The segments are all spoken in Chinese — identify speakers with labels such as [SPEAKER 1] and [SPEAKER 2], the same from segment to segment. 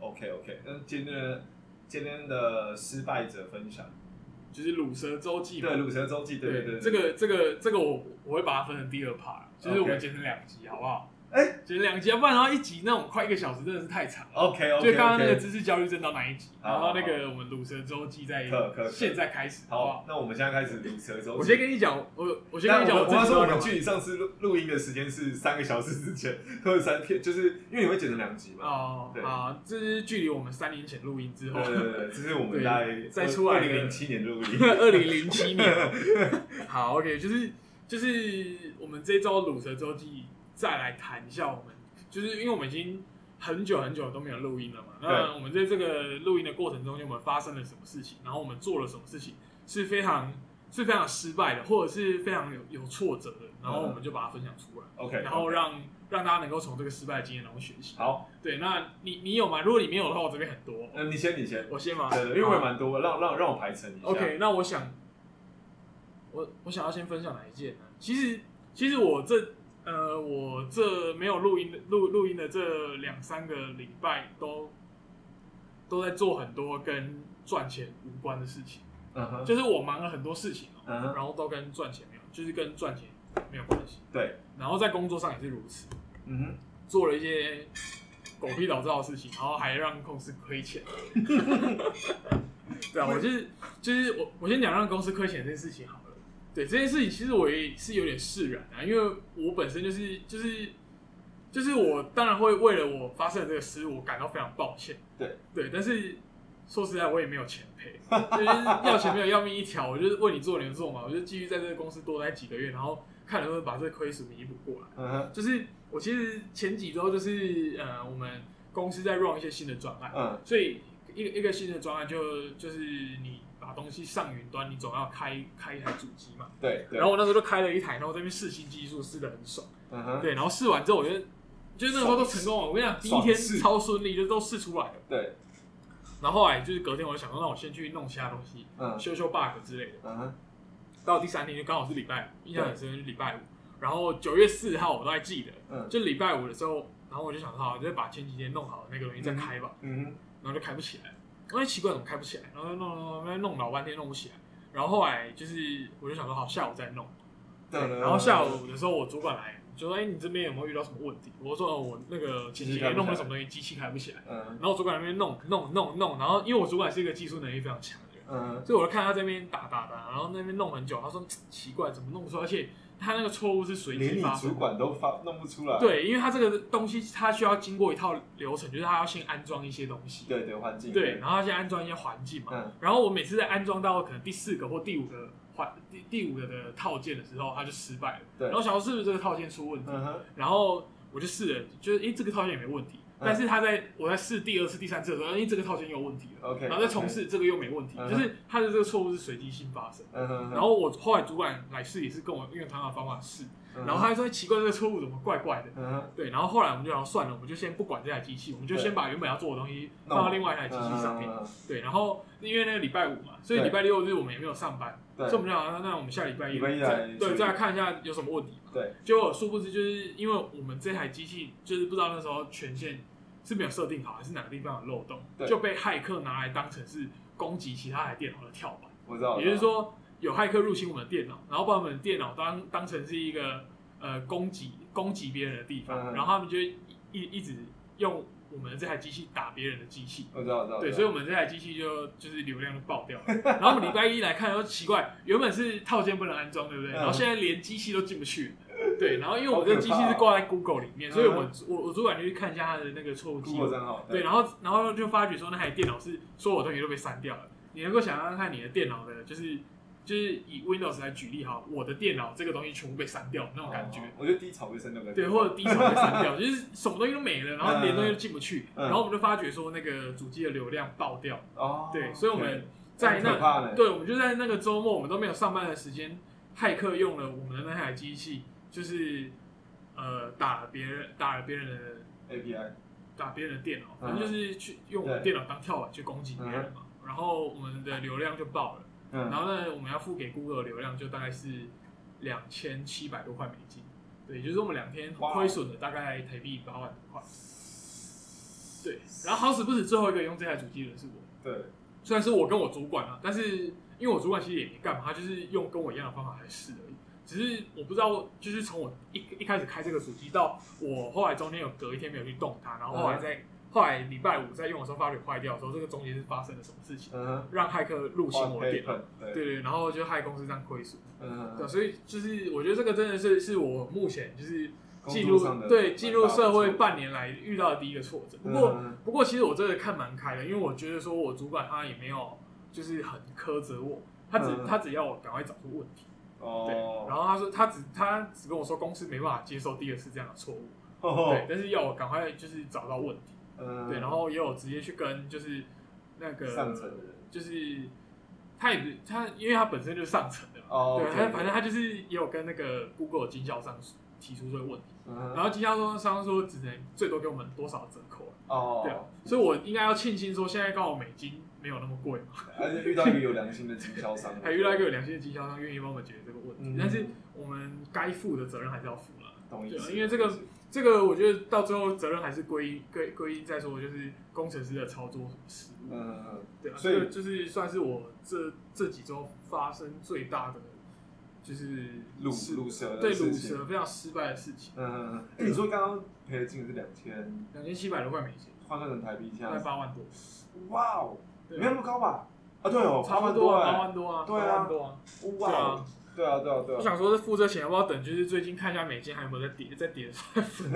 [SPEAKER 1] OK OK，那今天的今天的失败者分享，
[SPEAKER 2] 就是《鲁蛇周记》嘛
[SPEAKER 1] 对《鲁蛇周记》，对对对，
[SPEAKER 2] 这个这个这个我我会把它分成第二 part，就是我
[SPEAKER 1] OK
[SPEAKER 2] 们剪成两集，好不好？
[SPEAKER 1] 哎
[SPEAKER 2] 剪成两集，要不然的话一集那种快一个小时真的是太长了。
[SPEAKER 1] OK OK，
[SPEAKER 2] 就刚刚那个知识焦虑症到哪一集，
[SPEAKER 1] 好
[SPEAKER 2] 然后那
[SPEAKER 1] 好
[SPEAKER 2] 个我们《鲁蛇周记》在
[SPEAKER 1] 可可可
[SPEAKER 2] 现在开始，好不
[SPEAKER 1] 好
[SPEAKER 2] 好？，
[SPEAKER 1] 那我们现在开始《鲁蛇周记》。
[SPEAKER 2] 我先跟你讲，我我先
[SPEAKER 1] 但
[SPEAKER 2] 跟你讲，
[SPEAKER 1] 我
[SPEAKER 2] 自
[SPEAKER 1] 要
[SPEAKER 2] 己
[SPEAKER 1] 说，我
[SPEAKER 2] 干
[SPEAKER 1] 们
[SPEAKER 2] 嘛
[SPEAKER 1] 距离上次录录音的时间是三个小时之前， 或者三天，就是因为你会剪成两集嘛。
[SPEAKER 2] 哦
[SPEAKER 1] 对
[SPEAKER 2] 啊，这是距离我们三年前录音之后
[SPEAKER 1] 对，对对，这是我们
[SPEAKER 2] 对
[SPEAKER 1] 在
[SPEAKER 2] 再出来
[SPEAKER 1] 二
[SPEAKER 2] 的
[SPEAKER 1] 零零七年录音。
[SPEAKER 2] 二零零七年。好，OK，就是就是我们这周《鲁蛇周记》再来谈一下我们，就是因为我们已经很久很久都没有录音了嘛。那
[SPEAKER 1] 对
[SPEAKER 2] 我们在这个录音的过程中间，我们发生了什么事情，然后我们做了什么事情是非常是非常失败的，或者是非常有有挫折的，然后我们就把它分享出来，
[SPEAKER 1] OK，
[SPEAKER 2] 然后让让大家能够从这个失败的经验然后学习。
[SPEAKER 1] 好，
[SPEAKER 2] 对，那你你有吗？如果你没有的话，我这边很多，
[SPEAKER 1] 那你先，你先。
[SPEAKER 2] 我先吗？
[SPEAKER 1] 对对，因为我
[SPEAKER 2] 好
[SPEAKER 1] 也蛮多，让让让我排成一下。
[SPEAKER 2] OK，那我想，我我想要先分享哪一件呢？其实其实我这呃，我这没有录音的录录音的这两三个礼拜都都在做很多跟赚钱无关的事情，
[SPEAKER 1] 嗯哼，
[SPEAKER 2] 就是我忙了很多事情哦、
[SPEAKER 1] 嗯哼，
[SPEAKER 2] 然后都跟赚钱没有，就是跟赚钱没有关系。
[SPEAKER 1] 对，
[SPEAKER 2] 然后在工作上也是如此，
[SPEAKER 1] 嗯哼，
[SPEAKER 2] 做了一些狗屁倒灶的事情，然后还让公司亏钱。对啊，我就是就是我我先讲让公司亏钱这件事情好了。对这件事情，其实我也是有点释然啊，因为我本身就是就是就是我当然会为了我发生的这个失误我感到非常抱歉。
[SPEAKER 1] 对
[SPEAKER 2] 对，但是说实在我也没有钱赔，就是要钱没有要命一条，我就是为你做牛做马，我就继续在这个公司多待几个月，然后看能不能把这个亏损弥补过来。
[SPEAKER 1] 嗯哼，
[SPEAKER 2] 就是我其实前几周就是呃，我们公司在 run 一些新的专案，
[SPEAKER 1] 嗯，
[SPEAKER 2] 所以一个一个新的专案就就是你把东西上云端，你总要开开一台主机嘛。
[SPEAKER 1] 对对。
[SPEAKER 2] 然后我那时候就开了一台，然后这边试新技术试的很爽，
[SPEAKER 1] 嗯哼，
[SPEAKER 2] 对，然后试完之后我就就是那时候都成功了，我跟你讲，第一
[SPEAKER 1] 爽
[SPEAKER 2] 天
[SPEAKER 1] 试
[SPEAKER 2] 超顺利，就都试出来了。
[SPEAKER 1] 对，
[SPEAKER 2] 然后后来就是隔天我就想说，那我先去弄其他东西，
[SPEAKER 1] 嗯
[SPEAKER 2] 修修 bug 之类的。
[SPEAKER 1] 嗯哼，
[SPEAKER 2] 到第三天就刚好是礼拜五，印象很深是礼拜五。然后九月四号我都还记得，
[SPEAKER 1] 嗯
[SPEAKER 2] 就礼拜五的时候，然后我就想说，好，就把前几天弄好的那个东西再开吧，
[SPEAKER 1] 嗯哼，
[SPEAKER 2] 然后就开不起来。我也奇怪怎么开不起来，然后就弄弄弄弄老半天弄不起来。然后后来就是我就想说，好，下午再弄。
[SPEAKER 1] 对。
[SPEAKER 2] 然后下午的时候，我主管来就说，哎，你这边有没有遇到什么问题？我说，哦，我那个前几天弄了什么东西，机器开不起来。
[SPEAKER 1] 嗯
[SPEAKER 2] 然后我主管在那边弄弄弄弄，然后因为我主管是一个技术能力非常强的人，
[SPEAKER 1] 嗯
[SPEAKER 2] 所以我就看他这边打打打，然后那边弄很久，他说嘖奇怪怎么弄不出来，而且他那个错误是随
[SPEAKER 1] 连
[SPEAKER 2] 机
[SPEAKER 1] 你
[SPEAKER 2] 发生
[SPEAKER 1] 主。管都发弄不出来。
[SPEAKER 2] 对，因为他这个东西，他需要经过一套流程，就是他要先安装一些东西，
[SPEAKER 1] 对对，环境。
[SPEAKER 2] 对，，然后先安装一些环境嘛。
[SPEAKER 1] 嗯
[SPEAKER 2] 然后我每次在安装到可能第四个或第五个环第第五个的套件的时候，它就失败了。
[SPEAKER 1] 对
[SPEAKER 2] 然后想说是不是这个套件出问题，
[SPEAKER 1] 嗯哼，
[SPEAKER 2] 然后我就试了，就是诶这个套件也没问题，
[SPEAKER 1] 嗯
[SPEAKER 2] 但是他在我在试第二次、第三次的时候，诶这个套件又有问题了。
[SPEAKER 1] OK，
[SPEAKER 2] 然后再重试这个又没问题，
[SPEAKER 1] 嗯哼
[SPEAKER 2] 就是他的这个错误是随机性发生。
[SPEAKER 1] 嗯哼，
[SPEAKER 2] 然后我后来主管来试也是跟我用同样的方法试，
[SPEAKER 1] 嗯哼
[SPEAKER 2] 然后他还说奇怪这个错误怎么怪怪的，
[SPEAKER 1] 嗯哼，
[SPEAKER 2] 对，然后后来我们就想算了，我们就先不管这台机器，我们就
[SPEAKER 1] 对
[SPEAKER 2] 先把原本要做的东西
[SPEAKER 1] 弄
[SPEAKER 2] 放到另外一台机器上面，
[SPEAKER 1] 嗯
[SPEAKER 2] 对，然后因为那个礼拜五嘛，所以
[SPEAKER 1] 对
[SPEAKER 2] 礼拜六日我们也没有上班，
[SPEAKER 1] 嗯对
[SPEAKER 2] 所以我们就想那那我们下礼拜一
[SPEAKER 1] 礼拜一
[SPEAKER 2] 再
[SPEAKER 1] 来处
[SPEAKER 2] 对
[SPEAKER 1] 理
[SPEAKER 2] 再来看一下有什么问题嘛，
[SPEAKER 1] 对，
[SPEAKER 2] 结果殊不知就是因为我们这台机器就是不知道那时候权限是没有设定好，还是哪个地方有漏洞，
[SPEAKER 1] 对
[SPEAKER 2] 就被骇客拿来当成是攻击其他台电脑的跳板。
[SPEAKER 1] 我知道。
[SPEAKER 2] 也就是，说，有骇客入侵我们的电脑，然后把我们的电脑当当成是一个呃攻击攻击别人的地方，
[SPEAKER 1] 嗯
[SPEAKER 2] 然后他们就一一一直用我们的这台机器打别人的机器。
[SPEAKER 1] 我知道，我知道。
[SPEAKER 2] 对，所以我们这台机器就就是流量就爆掉了。然后我们礼拜一来看，说奇怪，原本是套件不能安装，对不对？
[SPEAKER 1] 嗯
[SPEAKER 2] 然后现在连机器都进不去。对，然后因为我
[SPEAKER 1] 好
[SPEAKER 2] 们
[SPEAKER 1] 可
[SPEAKER 2] 这
[SPEAKER 1] 怕哦
[SPEAKER 2] 个机器是挂在 Google 里面，所以
[SPEAKER 1] 嗯
[SPEAKER 2] 我我我主管就去看一下他的那个错误记录
[SPEAKER 1] Google 账号，
[SPEAKER 2] 对，，然后然后就发觉说那台电脑是所有东西都被删掉了。你能够想象看你的电脑的，就是就是以 Windows 来举例哈，我的电脑这个东西全部被删掉那种感觉，
[SPEAKER 1] 哦我觉得低潮卫生那个。
[SPEAKER 2] 对，或者低潮被删掉，就是什么东西都没了，然后连
[SPEAKER 1] 嗯
[SPEAKER 2] 东西都进不去，
[SPEAKER 1] 嗯
[SPEAKER 2] 然后我们就发觉说那个主机的流量爆掉，
[SPEAKER 1] 哦，
[SPEAKER 2] 对，所以我们在
[SPEAKER 1] 很可
[SPEAKER 2] 那，
[SPEAKER 1] 怕呢。
[SPEAKER 2] 对，我们就在那个周末我们都没有上班的时间，骇客用了我们的那台机器，就是呃打了别人打了别人的
[SPEAKER 1] API，
[SPEAKER 2] 打别人的电脑，
[SPEAKER 1] 嗯
[SPEAKER 2] 反正就是去用我们电脑当跳板去攻击别人嘛。然后我们的流量就爆了，
[SPEAKER 1] 嗯，
[SPEAKER 2] 然后呢，我们要付给 Google 的流量就大概是两千七百多块美
[SPEAKER 1] 哦
[SPEAKER 2] 金，对，也就是我们两天亏损了大概台币八万多块。对，然后好死不死最后一个用这台主机的人是我，
[SPEAKER 1] 对，
[SPEAKER 2] 虽然是我跟我主管啊，但是因为我主管其实也没干嘛，他就是用跟我一样的方法来试而已。只是我不知道，就是从我一一开始开这个主机到我后来中间有隔一天没有去动它，然后
[SPEAKER 1] 嗯
[SPEAKER 2] 后来在、后来礼拜五在用的时候发觉坏掉的时候，这个中间是发生了什么事情，
[SPEAKER 1] 嗯哼，
[SPEAKER 2] 让骇客入侵我的电脑？
[SPEAKER 1] 对
[SPEAKER 2] 对，对，然后就害公司这样亏损。
[SPEAKER 1] 嗯
[SPEAKER 2] 对，啊
[SPEAKER 1] 哼，
[SPEAKER 2] 所以就是我觉得这个真的是是我目前就是进
[SPEAKER 1] 工作上
[SPEAKER 2] 入
[SPEAKER 1] 的
[SPEAKER 2] 对进入社会
[SPEAKER 1] 大不
[SPEAKER 2] 半年来遇到的第一个挫折。不
[SPEAKER 1] 嗯
[SPEAKER 2] 过、不过其实我真的看蛮开的，因为我觉得说我主管他也没有就是很苛责我，他只、
[SPEAKER 1] 嗯
[SPEAKER 2] 他只要我赶快找出问题，对，然
[SPEAKER 1] 哦，
[SPEAKER 2] 后他说他只他只跟我说公司没办法接受第二次这样的错误，对，
[SPEAKER 1] 对，
[SPEAKER 2] 但是要我赶快就是找到问题，
[SPEAKER 1] 哦嗯
[SPEAKER 2] 对，然后也有直接去跟就是那个
[SPEAKER 1] 上层的人，
[SPEAKER 2] 就是他也不他，因为他本身就是上层的嘛，
[SPEAKER 1] 哦
[SPEAKER 2] 对，
[SPEAKER 1] OK
[SPEAKER 2] 他反正他就是也有跟那个 Google 的经销商提出这个问题，
[SPEAKER 1] 嗯哼
[SPEAKER 2] 然后经销商说只能最多给我们多少折扣啊、对啊
[SPEAKER 1] 哦，，
[SPEAKER 2] 所以我应该要庆幸说现在刚好美金没有那么贵嘛，
[SPEAKER 1] 而且遇到一个有良心的经销商，
[SPEAKER 2] 还遇到一个有良心的经销商愿意帮我们解决这个问题，
[SPEAKER 1] 嗯
[SPEAKER 2] 但是我们该负的责任还是要负了。
[SPEAKER 1] 懂意
[SPEAKER 2] 对啊
[SPEAKER 1] 思，
[SPEAKER 2] 因为这个这个我觉得到最后责任还是归因归归因在说就是工程师的操作失误，
[SPEAKER 1] 嗯，
[SPEAKER 2] 对啊，
[SPEAKER 1] 所以
[SPEAKER 2] 这个就是算是我这这几周发生最大的就是
[SPEAKER 1] 入
[SPEAKER 2] 失
[SPEAKER 1] 入社的
[SPEAKER 2] 对
[SPEAKER 1] 事
[SPEAKER 2] 卤
[SPEAKER 1] 情
[SPEAKER 2] 蛇非常失败的事情，
[SPEAKER 1] 嗯，哎你说刚刚赔的金额是两千，
[SPEAKER 2] 两千七百多块美金，
[SPEAKER 1] 换算成台币现
[SPEAKER 2] 大概
[SPEAKER 1] 在，
[SPEAKER 2] 八万多，
[SPEAKER 1] 哇哦，
[SPEAKER 2] 对
[SPEAKER 1] 没有那么高吧？啊，对哦，
[SPEAKER 2] 差不多
[SPEAKER 1] 多
[SPEAKER 2] 啊，八
[SPEAKER 1] 哎，
[SPEAKER 2] 万多啊，
[SPEAKER 1] 对啊
[SPEAKER 2] 八万多啊。
[SPEAKER 1] 哇哦，对啊，对啊，对
[SPEAKER 2] 我
[SPEAKER 1] 啊。
[SPEAKER 2] 想说，这付这钱要不要等？就是最近看一下美金还有没有在跌，在跌。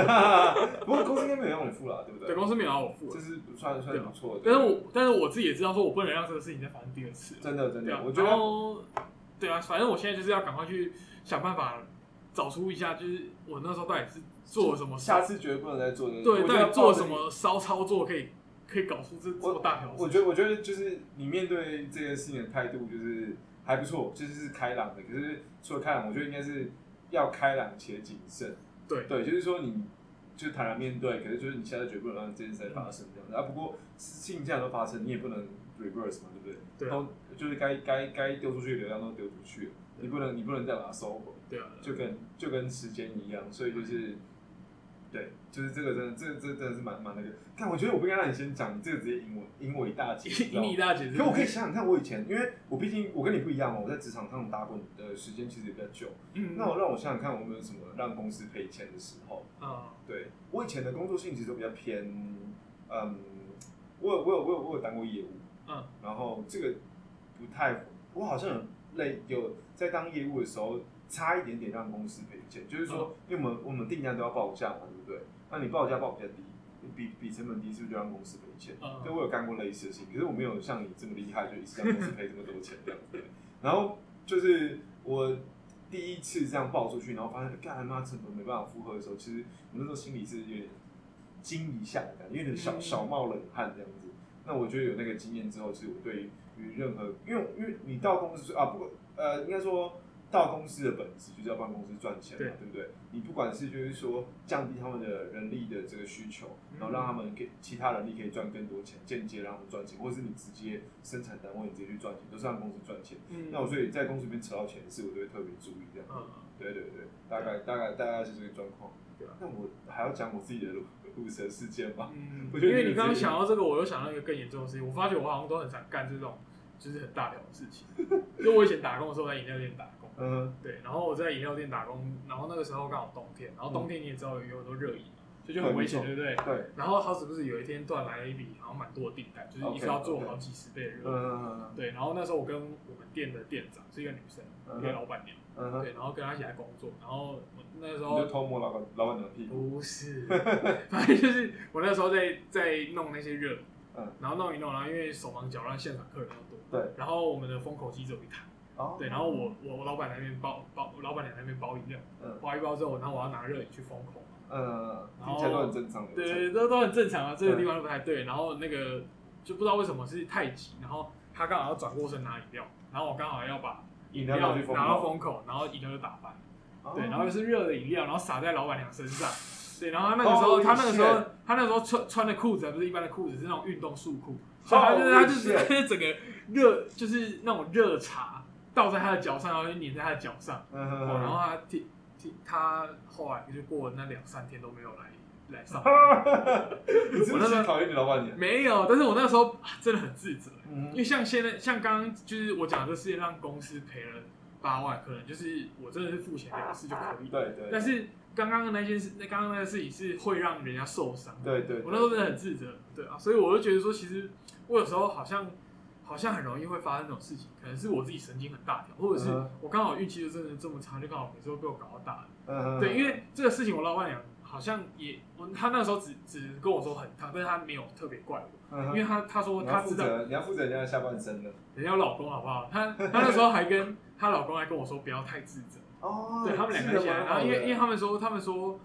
[SPEAKER 1] 不过公司应该没有让你付了，对不
[SPEAKER 2] 啊对，公司没有让我付
[SPEAKER 1] 这
[SPEAKER 2] 了，
[SPEAKER 1] 是不算算不错的。
[SPEAKER 2] 但是我但是我自己也知道，说我不能让这个事情再发生第二次了。
[SPEAKER 1] 真的真
[SPEAKER 2] 对啊
[SPEAKER 1] 的，，我觉
[SPEAKER 2] 然
[SPEAKER 1] 得
[SPEAKER 2] 后对啊，反正我现在就是要赶快去想办法找出一下，就是我那时候到底是做了什么事
[SPEAKER 1] 下次绝对不能再做这个。
[SPEAKER 2] 对，
[SPEAKER 1] 我觉
[SPEAKER 2] 到
[SPEAKER 1] 得
[SPEAKER 2] 底
[SPEAKER 1] 抱
[SPEAKER 2] 做
[SPEAKER 1] 着
[SPEAKER 2] 什么骚操作可以可以搞出这这么大条？
[SPEAKER 1] 我觉得，我觉得就是你面对这件事情的态度，就是还不错，就是是开朗的。可是除了开朗，我觉得应该是要开朗且谨慎。
[SPEAKER 2] 对
[SPEAKER 1] 对，就是说你就坦然面对，可是就是你下次绝不能让这件事情发生这样子啊。不过事情既然都发生，你也不能 reverse 嘛，对不对？
[SPEAKER 2] 对啊
[SPEAKER 1] 都就是该该该丢出去的流量都丢出去了，你不能你不能再把它收回，
[SPEAKER 2] 对啊，
[SPEAKER 1] 就跟就跟时间一样，所以
[SPEAKER 2] 嗯
[SPEAKER 1] 就是。对，就是这个真的，这个这个真的是蛮蛮那个。但我觉得我不应该让你先讲，你这个直接赢我赢我一大截，你知
[SPEAKER 2] 以
[SPEAKER 1] 道吗
[SPEAKER 2] 你大姐，
[SPEAKER 1] 可我可以想想看，我以前，因为我毕竟我跟你不一样嘛，哦我在职场上打滚的时间其实也比较久。
[SPEAKER 2] 嗯，
[SPEAKER 1] 那我让我想想看，我有没有什么让公司赔钱的时候？
[SPEAKER 2] 啊，
[SPEAKER 1] 对我以前的工作性质都比较偏，嗯，我有我有我有我有当过业务，
[SPEAKER 2] 嗯，
[SPEAKER 1] 然后这个不太，我好像有类有在当业务的时候差一点点让公司赔钱，就是说，因为我们我们订单都要报价嘛，对不对？那你报价报比较低，比比成本低，是不是就让公司赔钱？
[SPEAKER 2] 嗯
[SPEAKER 1] 对，我有干过类似的事情，可是我没有像你这么厉害，就一次让公司赔这么多钱这样子。 然后就是我第一次这样报出去，然后发现哎干妈成本没办法负荷的时候，其实我那时候心里是有点惊一下的感觉，有点小
[SPEAKER 2] 嗯
[SPEAKER 1] 小冒冷汗这样子。那我觉得有那个经验之后，其实我对于任何，因为因为你到公司啊，不管呃，应该说到公司的本质就是要帮公司赚钱嘛，
[SPEAKER 2] 对
[SPEAKER 1] 对不对？你不管是就是说降低他们的人力的这个需求，
[SPEAKER 2] 嗯
[SPEAKER 1] 然后让他们给其他人力可以赚更多钱，间接让他们赚钱，或者是你直接生产单位你直接去赚钱，都是让公司赚钱。
[SPEAKER 2] 嗯，
[SPEAKER 1] 那我所以在公司里面扯到钱的事，我都会特别注意这样。
[SPEAKER 2] 嗯，
[SPEAKER 1] 对对对，大概大概大概是这个状况
[SPEAKER 2] 对啊。
[SPEAKER 1] 那我还要讲我自己的路路蛇事件吗？
[SPEAKER 2] 嗯，
[SPEAKER 1] 我觉得
[SPEAKER 2] 因为
[SPEAKER 1] 你
[SPEAKER 2] 你刚刚
[SPEAKER 1] 这个
[SPEAKER 2] 想到这个，我又想到一个更严重的事情，我发觉我好像都很常干这种就是很大条的事 情。就我以前打工的时候，在饮料店打工，
[SPEAKER 1] 嗯
[SPEAKER 2] 对，然后我在饮料店打工，然后那个时候刚好冬天，然后冬天你也知道有很多热饮嘛，所以就很
[SPEAKER 1] 对嗯
[SPEAKER 2] 危
[SPEAKER 1] 没
[SPEAKER 2] 险，
[SPEAKER 1] 错
[SPEAKER 2] 对不对？
[SPEAKER 1] 哼，对，
[SPEAKER 2] 然后好死不死有一天突然来了一笔好像蛮多的订单，就是一
[SPEAKER 1] OK，
[SPEAKER 2] 次要做
[SPEAKER 1] OK
[SPEAKER 2] 好几十倍的热
[SPEAKER 1] 嗯
[SPEAKER 2] 饮。
[SPEAKER 1] 嗯
[SPEAKER 2] 对，然后那时候我跟我们店的店长是一个女生，
[SPEAKER 1] 嗯
[SPEAKER 2] 一个老板娘，
[SPEAKER 1] 嗯哼，
[SPEAKER 2] 对，然后跟她一起来工作，然后我那时
[SPEAKER 1] 你就
[SPEAKER 2] 候
[SPEAKER 1] 偷摸老板老板娘的屁股，
[SPEAKER 2] 不 是，反正就是我那时候在在弄那些热，
[SPEAKER 1] 嗯，
[SPEAKER 2] 然后弄一弄，然后因为手忙脚乱，现场客人要多，
[SPEAKER 1] 对，
[SPEAKER 2] 然后我们的封口机只有一台，
[SPEAKER 1] 哦，
[SPEAKER 2] 对，然后我我我老板那边包包，我老板娘那边包饮料，
[SPEAKER 1] 嗯
[SPEAKER 2] 包一包之后，然后我要拿热饮去封口嘛，
[SPEAKER 1] 嗯，
[SPEAKER 2] 然后
[SPEAKER 1] 听起来都很正常的，
[SPEAKER 2] 对，都都很正常啊，这个地方都不太对。然后那个就不知道为什么是太急，然后他刚好要转过身拿饮料，然后我刚好要把
[SPEAKER 1] 饮
[SPEAKER 2] 饮
[SPEAKER 1] 料
[SPEAKER 2] 料
[SPEAKER 1] 拿去封
[SPEAKER 2] 拿到
[SPEAKER 1] 口
[SPEAKER 2] 封口，然后饮料就打翻了，
[SPEAKER 1] 哦
[SPEAKER 2] 对，然后又是热的饮料，然后洒在老板娘身上。对，然后他那个时候，
[SPEAKER 1] Holy
[SPEAKER 2] 他那个时候
[SPEAKER 1] shit，
[SPEAKER 2] 他那个时候穿穿的裤子还不是一般的裤子，是那种运动束裤，所以他就是他就是
[SPEAKER 1] Holy
[SPEAKER 2] 他就是整个热就是那种热茶倒在他的脚上，然后就粘在他的脚上。
[SPEAKER 1] 嗯
[SPEAKER 2] 哦，然后
[SPEAKER 1] 哼，
[SPEAKER 2] 他听听他后来就过了那两三天都没有来来上班。
[SPEAKER 1] 啊你是不是讨厌你老板娘？
[SPEAKER 2] 没有，但是我那时候啊真的很自责，因
[SPEAKER 1] 嗯
[SPEAKER 2] 为像现在，像刚刚就是我讲的，这世界上公司赔了八万，可能就是我真的是付钱了事就可以。
[SPEAKER 1] 对对，
[SPEAKER 2] 但是刚刚的那件事，那刚刚那个事情是会让人家受伤的。
[SPEAKER 1] 对对，
[SPEAKER 2] 我那时候真的很自责，对啊，所以我就觉得说，其实我有时候好像好像很容易会发生这种事情，可能是我自己神经很大条，或者是
[SPEAKER 1] 嗯哼
[SPEAKER 2] 我刚好运气就真的这么差，就刚好每次都被我搞到大了。
[SPEAKER 1] 嗯
[SPEAKER 2] 对，因为这个事情我老板娘好像也，我他那时候只只跟我说很烫，但是他没有特别怪我，因为
[SPEAKER 1] 为
[SPEAKER 2] 他他
[SPEAKER 1] 嗯
[SPEAKER 2] 说
[SPEAKER 1] 你
[SPEAKER 2] 他
[SPEAKER 1] 要负
[SPEAKER 2] 知道
[SPEAKER 1] 责，你要负责人家的下半身的。
[SPEAKER 2] 人家有老公好不好？他他那时候还跟她老公还跟我说不要太自责，
[SPEAKER 1] 哦
[SPEAKER 2] 对他们两个
[SPEAKER 1] 是
[SPEAKER 2] 起
[SPEAKER 1] 的哦
[SPEAKER 2] 来，然后因为因为
[SPEAKER 1] 蛮好
[SPEAKER 2] 他们说他们说，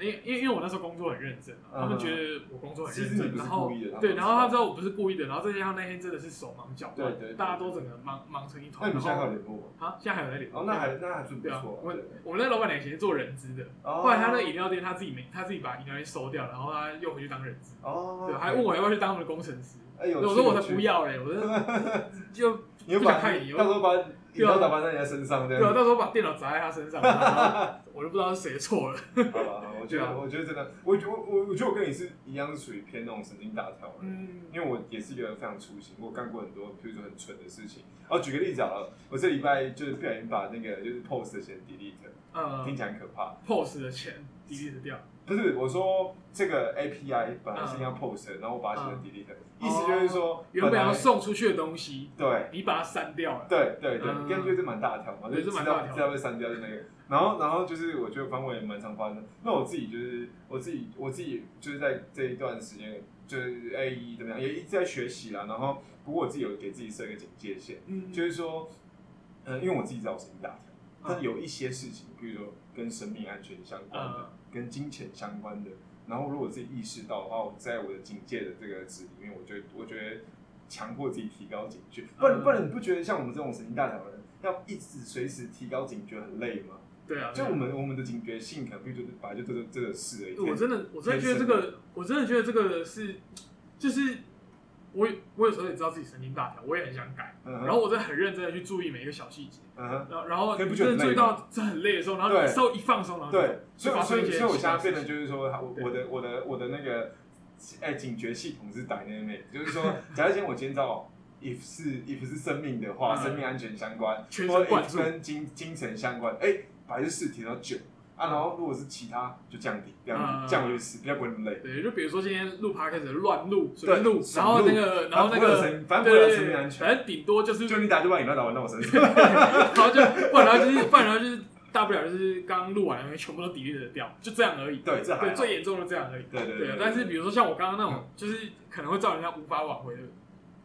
[SPEAKER 2] 因为因为因为我那时候工作很认真嘛，
[SPEAKER 1] 嗯
[SPEAKER 2] 他们觉得我工作很认
[SPEAKER 1] 其实你
[SPEAKER 2] 真，
[SPEAKER 1] 不是
[SPEAKER 2] 然后
[SPEAKER 1] 故意的他们
[SPEAKER 2] 对，
[SPEAKER 1] 知道
[SPEAKER 2] 然后他知道我不是故意的，然后再加上那天真的是手忙脚乱，
[SPEAKER 1] 对对对
[SPEAKER 2] 大家都整个忙忙成一
[SPEAKER 1] 的那
[SPEAKER 2] 团，
[SPEAKER 1] 你
[SPEAKER 2] 然
[SPEAKER 1] 们现在还
[SPEAKER 2] 后
[SPEAKER 1] 有联络吗？
[SPEAKER 2] 啊现在还有在联络
[SPEAKER 1] 哦，那还那还是不
[SPEAKER 2] 对啊，
[SPEAKER 1] 错
[SPEAKER 2] 我
[SPEAKER 1] 啊。
[SPEAKER 2] 我们那老板娘以前是做人资的，
[SPEAKER 1] 哦
[SPEAKER 2] 后来他那饮料店他自己没他自己把饮料店收掉，然后他又回去当人资，
[SPEAKER 1] 哦，
[SPEAKER 2] 对，还问我要不要去当他们的工程师，
[SPEAKER 1] 哎有
[SPEAKER 2] 我
[SPEAKER 1] 趣
[SPEAKER 2] 说我
[SPEAKER 1] 有
[SPEAKER 2] 才
[SPEAKER 1] 趣
[SPEAKER 2] 不要嘞，我说 就
[SPEAKER 1] 你又
[SPEAKER 2] 不
[SPEAKER 1] 把
[SPEAKER 2] 想看你
[SPEAKER 1] 到时候把饮料打翻在人家身上这
[SPEAKER 2] 对啊，
[SPEAKER 1] 样。
[SPEAKER 2] 到时候把电脑砸在他身上，然后我就不知道是谁的错了。
[SPEAKER 1] 好吧，好吧我觉
[SPEAKER 2] 对
[SPEAKER 1] 得
[SPEAKER 2] 啊
[SPEAKER 1] 我觉得真的，我我我我觉得我跟你是一样，是属于偏那种神经大条的人。
[SPEAKER 2] 嗯，
[SPEAKER 1] 因为我也是一个非常粗心，我干过很多，譬如说很蠢的事情。哦，举个例子好了，我这礼拜就是不小心把那个就是 post 先 delete，
[SPEAKER 2] 呃
[SPEAKER 1] 听起来很可怕。
[SPEAKER 2] ，POS 的钱 delete 掉，
[SPEAKER 1] 不是，我说这个 API 本来是应该 post，的然后我把它写成
[SPEAKER 2] 嗯哦
[SPEAKER 1] delete，意思就是说
[SPEAKER 2] 原本
[SPEAKER 1] 来
[SPEAKER 2] 要送出去的东西，
[SPEAKER 1] 对
[SPEAKER 2] 你把它删掉了。
[SPEAKER 1] 对对对，
[SPEAKER 2] 嗯
[SPEAKER 1] 跟就是蛮大条嘛，就
[SPEAKER 2] 对
[SPEAKER 1] 知
[SPEAKER 2] 这蛮
[SPEAKER 1] 道
[SPEAKER 2] 大条
[SPEAKER 1] 知道被删掉的那个。然后然后就是我觉得反正我也蛮常发生的。那我自己就是我自己我自己就是在这一段时间就是 A 一怎么样也一直在学习啦。然后不过我自己有给自己设一个警戒线。
[SPEAKER 2] 嗯，
[SPEAKER 1] 就是说，呃，因为我自己知道我神经大条，但有一些事情，比如说跟生命安全相关的，
[SPEAKER 2] 呃，
[SPEAKER 1] 跟金钱相关的，然后如果自己意识到的话，我在我的警戒的这个值里面，我觉得我觉得强迫自己提高警觉，不然
[SPEAKER 2] 嗯
[SPEAKER 1] 不然你不觉得像我们这种神经大条的人，要一直随时提高警觉很累吗？
[SPEAKER 2] 对啊，
[SPEAKER 1] 嗯就
[SPEAKER 2] 对啊
[SPEAKER 1] 我们我们的警觉性可能，比如说本来就这个这个事而已，
[SPEAKER 2] 我真的，我真的觉得这个，我真的觉得这个是，就是我我有时候也知道自己神经大条，我也很想改，
[SPEAKER 1] 嗯哼，
[SPEAKER 2] 然后我在很认真的去注意每一个小细节，
[SPEAKER 1] 嗯哼。
[SPEAKER 2] 然后然后
[SPEAKER 1] 可以不
[SPEAKER 2] 你
[SPEAKER 1] 觉得
[SPEAKER 2] 真
[SPEAKER 1] 很累
[SPEAKER 2] 的注意
[SPEAKER 1] 吗
[SPEAKER 2] 到这很累的时候，然后
[SPEAKER 1] 对
[SPEAKER 2] 你稍微一放松，然后啊就
[SPEAKER 1] 对，所以
[SPEAKER 2] 发
[SPEAKER 1] 所
[SPEAKER 2] 生
[SPEAKER 1] 以
[SPEAKER 2] 一些
[SPEAKER 1] 所以我
[SPEAKER 2] 奇
[SPEAKER 1] 现
[SPEAKER 2] 怪
[SPEAKER 1] 在变
[SPEAKER 2] 的事
[SPEAKER 1] 得就是说，我我的我的我的那个哎、警觉系统是 dynamic，就是说，假如今天我今天知道 if 是 if 是生命的话，
[SPEAKER 2] 嗯
[SPEAKER 1] 生命安全相关，
[SPEAKER 2] 全
[SPEAKER 1] 或
[SPEAKER 2] 神
[SPEAKER 1] 者
[SPEAKER 2] 贯
[SPEAKER 1] if
[SPEAKER 2] 注，
[SPEAKER 1] 跟精精神相关，哎、百分之四提到九啊，然后如果是其他就降低，降低、
[SPEAKER 2] 嗯
[SPEAKER 1] 降回四，比较不会那么累。
[SPEAKER 2] 对，就比如说今天录 p 开始乱录，随
[SPEAKER 1] 对
[SPEAKER 2] 便录，
[SPEAKER 1] 爽
[SPEAKER 2] 然后
[SPEAKER 1] 录
[SPEAKER 2] 那个，然后那
[SPEAKER 1] 啊不会有
[SPEAKER 2] 个，
[SPEAKER 1] 生反正不会有
[SPEAKER 2] 对
[SPEAKER 1] 生
[SPEAKER 2] 对
[SPEAKER 1] 命安
[SPEAKER 2] 对，
[SPEAKER 1] 全，
[SPEAKER 2] 反正顶多就是，
[SPEAKER 1] 就你打就把饮料打完到我身上。
[SPEAKER 2] 然后就，不然就是，不然就是，大不了就是刚录完的东西全部都 delete 得掉，就这样而已。
[SPEAKER 1] 对，这还
[SPEAKER 2] 对，
[SPEAKER 1] 好
[SPEAKER 2] 最严重的这样而已。
[SPEAKER 1] 对对
[SPEAKER 2] 对啊，但是比如说像我刚刚那种，就是可能会造成人家无法挽回的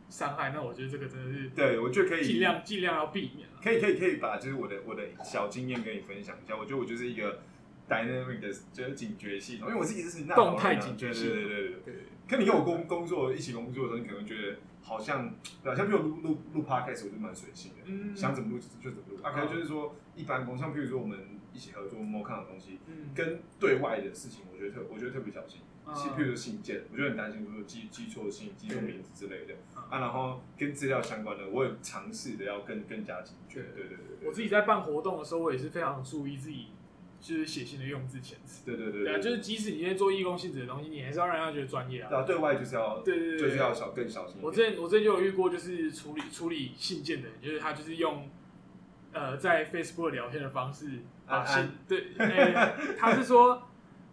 [SPEAKER 2] 伤害，那我觉得这个真的是
[SPEAKER 1] 对我觉得可以
[SPEAKER 2] 尽量尽量要避免啊了。
[SPEAKER 1] 可以可以可以把就是我的我的小经验跟你分享一下。我觉得我就是一个 dynamic 的，就是警觉系统，因为我自己是那
[SPEAKER 2] 动态警觉系统
[SPEAKER 1] 啊对对对对对。
[SPEAKER 2] 对，
[SPEAKER 1] 可你跟我工工作一起工作的时候，你可能觉得好像对啊，像比如录录录 podcast，我就蛮随性的，
[SPEAKER 2] 嗯，
[SPEAKER 1] 想怎么录就就怎么录。啊，可能就是说一般工，像比如说我们一起合作摸看的东西，
[SPEAKER 2] 嗯，
[SPEAKER 1] 跟对外的事情，我觉得特我觉得特别小心。
[SPEAKER 2] 嗯
[SPEAKER 1] 是，譬如说信件，我就很担心，比如说记记错信、记错名字之类的
[SPEAKER 2] 嗯
[SPEAKER 1] 啊。然后跟资料相关的，我也尝试的要更更加警觉。对
[SPEAKER 2] 对
[SPEAKER 1] 对对对。
[SPEAKER 2] 我自己在办活动的时候，我也是非常注意自己就是写信的用字遣词。
[SPEAKER 1] 对对对
[SPEAKER 2] 对啊，
[SPEAKER 1] 对，
[SPEAKER 2] 就是即使你在做义工性质的东西，你还是要让人家觉得专业啊。
[SPEAKER 1] 对啊，对外就是要
[SPEAKER 2] 对对对，
[SPEAKER 1] 就是要小更小心一点。
[SPEAKER 2] 我之前我之前就有遇过，就是处理处理信件的人，就是他就是用呃在 Facebook 聊天的方式把
[SPEAKER 1] 安
[SPEAKER 2] 信、
[SPEAKER 1] 安
[SPEAKER 2] 对、哎，他是说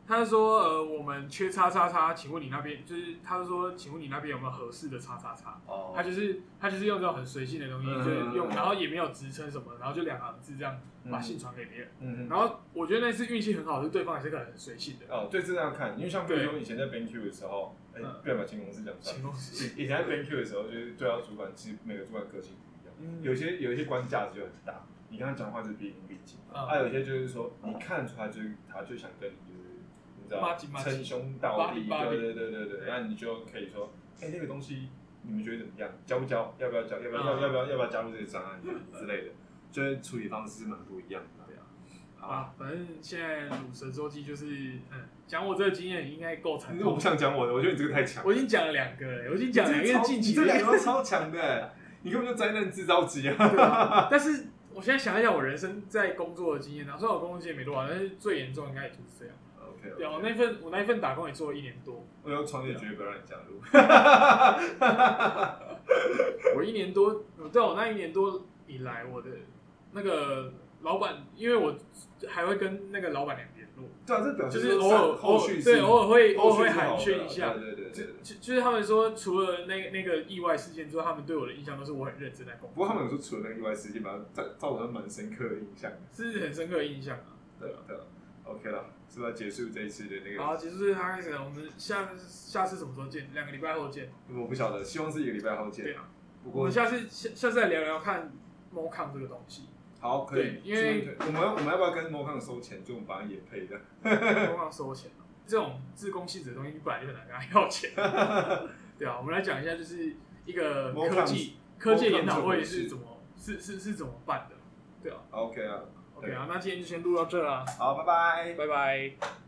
[SPEAKER 2] 他是说呃我们缺叉叉叉，请问你那边就是他是说请问你那边有没有合适的叉叉叉？
[SPEAKER 1] 哦，
[SPEAKER 2] 他就是他就是用这种很随性的东西，
[SPEAKER 1] 嗯
[SPEAKER 2] 就是用
[SPEAKER 1] 嗯嗯
[SPEAKER 2] 然后也没有职称什么，然后就两行字这样
[SPEAKER 1] 嗯
[SPEAKER 2] 把信传给别人。
[SPEAKER 1] 嗯嗯
[SPEAKER 2] 然后我觉得那次运气很好，是对方也是个很随性的，
[SPEAKER 1] 哦，对，这样看，因为像比如
[SPEAKER 2] 对
[SPEAKER 1] 说以前在 BenQ 的时候，哎
[SPEAKER 2] 嗯，
[SPEAKER 1] 不要把前公司讲出来
[SPEAKER 2] 请。公司
[SPEAKER 1] 以以前在 BenQ 的时候，就是对到主管，其实每个主管个性不一样，
[SPEAKER 2] 嗯
[SPEAKER 1] 有些有一些官价值就很大，你跟他讲话就是毕恭毕敬，
[SPEAKER 2] 嗯
[SPEAKER 1] 啊，有些就是说你看出来就是他就想跟你就是你知
[SPEAKER 2] 骂
[SPEAKER 1] 道
[SPEAKER 2] 几骂几
[SPEAKER 1] 称兄道弟，
[SPEAKER 2] 巴比巴比
[SPEAKER 1] 对对对对对，那你就可以说，哎，那个东西你们觉得怎么样？交不交？要不要交？要不要要
[SPEAKER 2] 嗯
[SPEAKER 1] 要不要要不要加入这个专案之类的，就是处理方式是蛮不一样的。
[SPEAKER 2] 对啊
[SPEAKER 1] 好啊，
[SPEAKER 2] 啊，反正现在乳蛇周记就是，嗯，讲我这个经验应该够惨
[SPEAKER 1] 你我不
[SPEAKER 2] 痛。
[SPEAKER 1] 想讲我的，我觉得你这个太强了。
[SPEAKER 2] 我已经讲了两个了，我已经讲了两个近期
[SPEAKER 1] 你这
[SPEAKER 2] 的，
[SPEAKER 1] 两个都超强的，你根本就灾难制造机啊！
[SPEAKER 2] 对 啊但是我现在想一想我人生在工作的经验啊，虽然我工作经验没多少，但是最严重应该也就是这样。
[SPEAKER 1] OK， OK，
[SPEAKER 2] 对啊，我那份我那份打工也做了一年多，
[SPEAKER 1] 我要创业绝对不要让你加入。
[SPEAKER 2] 我一年多，我对我那一年多以来，我的那个老板，因为我还会跟那个老板娘联络，
[SPEAKER 1] 对啊，这表示
[SPEAKER 2] 就是
[SPEAKER 1] 说
[SPEAKER 2] 偶尔
[SPEAKER 1] 上
[SPEAKER 2] 偶
[SPEAKER 1] 后
[SPEAKER 2] 尔
[SPEAKER 1] 续
[SPEAKER 2] 对
[SPEAKER 1] 是
[SPEAKER 2] 偶尔会偶
[SPEAKER 1] 后
[SPEAKER 2] 尔
[SPEAKER 1] 续
[SPEAKER 2] 会
[SPEAKER 1] 是好
[SPEAKER 2] 寒
[SPEAKER 1] 的啊
[SPEAKER 2] 暄一下，
[SPEAKER 1] 对对对
[SPEAKER 2] 就
[SPEAKER 1] 对。
[SPEAKER 2] 就就是他们说，除了那那个意外事件之后，他们对我的印象都是我很认真在工
[SPEAKER 1] 不
[SPEAKER 2] 作，
[SPEAKER 1] 过他们有说除了那个意外事件，把它造造成蛮深刻的印象的。
[SPEAKER 2] 是很深刻的印象啊。
[SPEAKER 1] 对啊对啊，OK 了，是不是要结束这一次的那
[SPEAKER 2] 好，啊
[SPEAKER 1] 个？
[SPEAKER 2] 结束这他开始，我们下下次什么时候见？两个礼拜后见。
[SPEAKER 1] 我不晓得，希望是一个礼拜后
[SPEAKER 2] 对
[SPEAKER 1] 见。
[SPEAKER 2] 啊，
[SPEAKER 1] 不
[SPEAKER 2] 我
[SPEAKER 1] 过
[SPEAKER 2] 们下次下下次再聊聊看 MoCon 这个东 西。
[SPEAKER 1] 好，可以
[SPEAKER 2] 对，因为
[SPEAKER 1] 是不是我们要我们要不要跟 MoCon 收钱，就我们把它也配的？
[SPEAKER 2] 都要收钱了啊这种自供性质的东西，你本来就很难跟他要 钱。对啊，我们来讲一下，就是一个科技科技研讨会是怎么是是是怎么办的。对啊
[SPEAKER 1] OK 啊，
[SPEAKER 2] ，OK 啊，那今天就先录到这啦，
[SPEAKER 1] 好，拜拜。
[SPEAKER 2] 拜拜。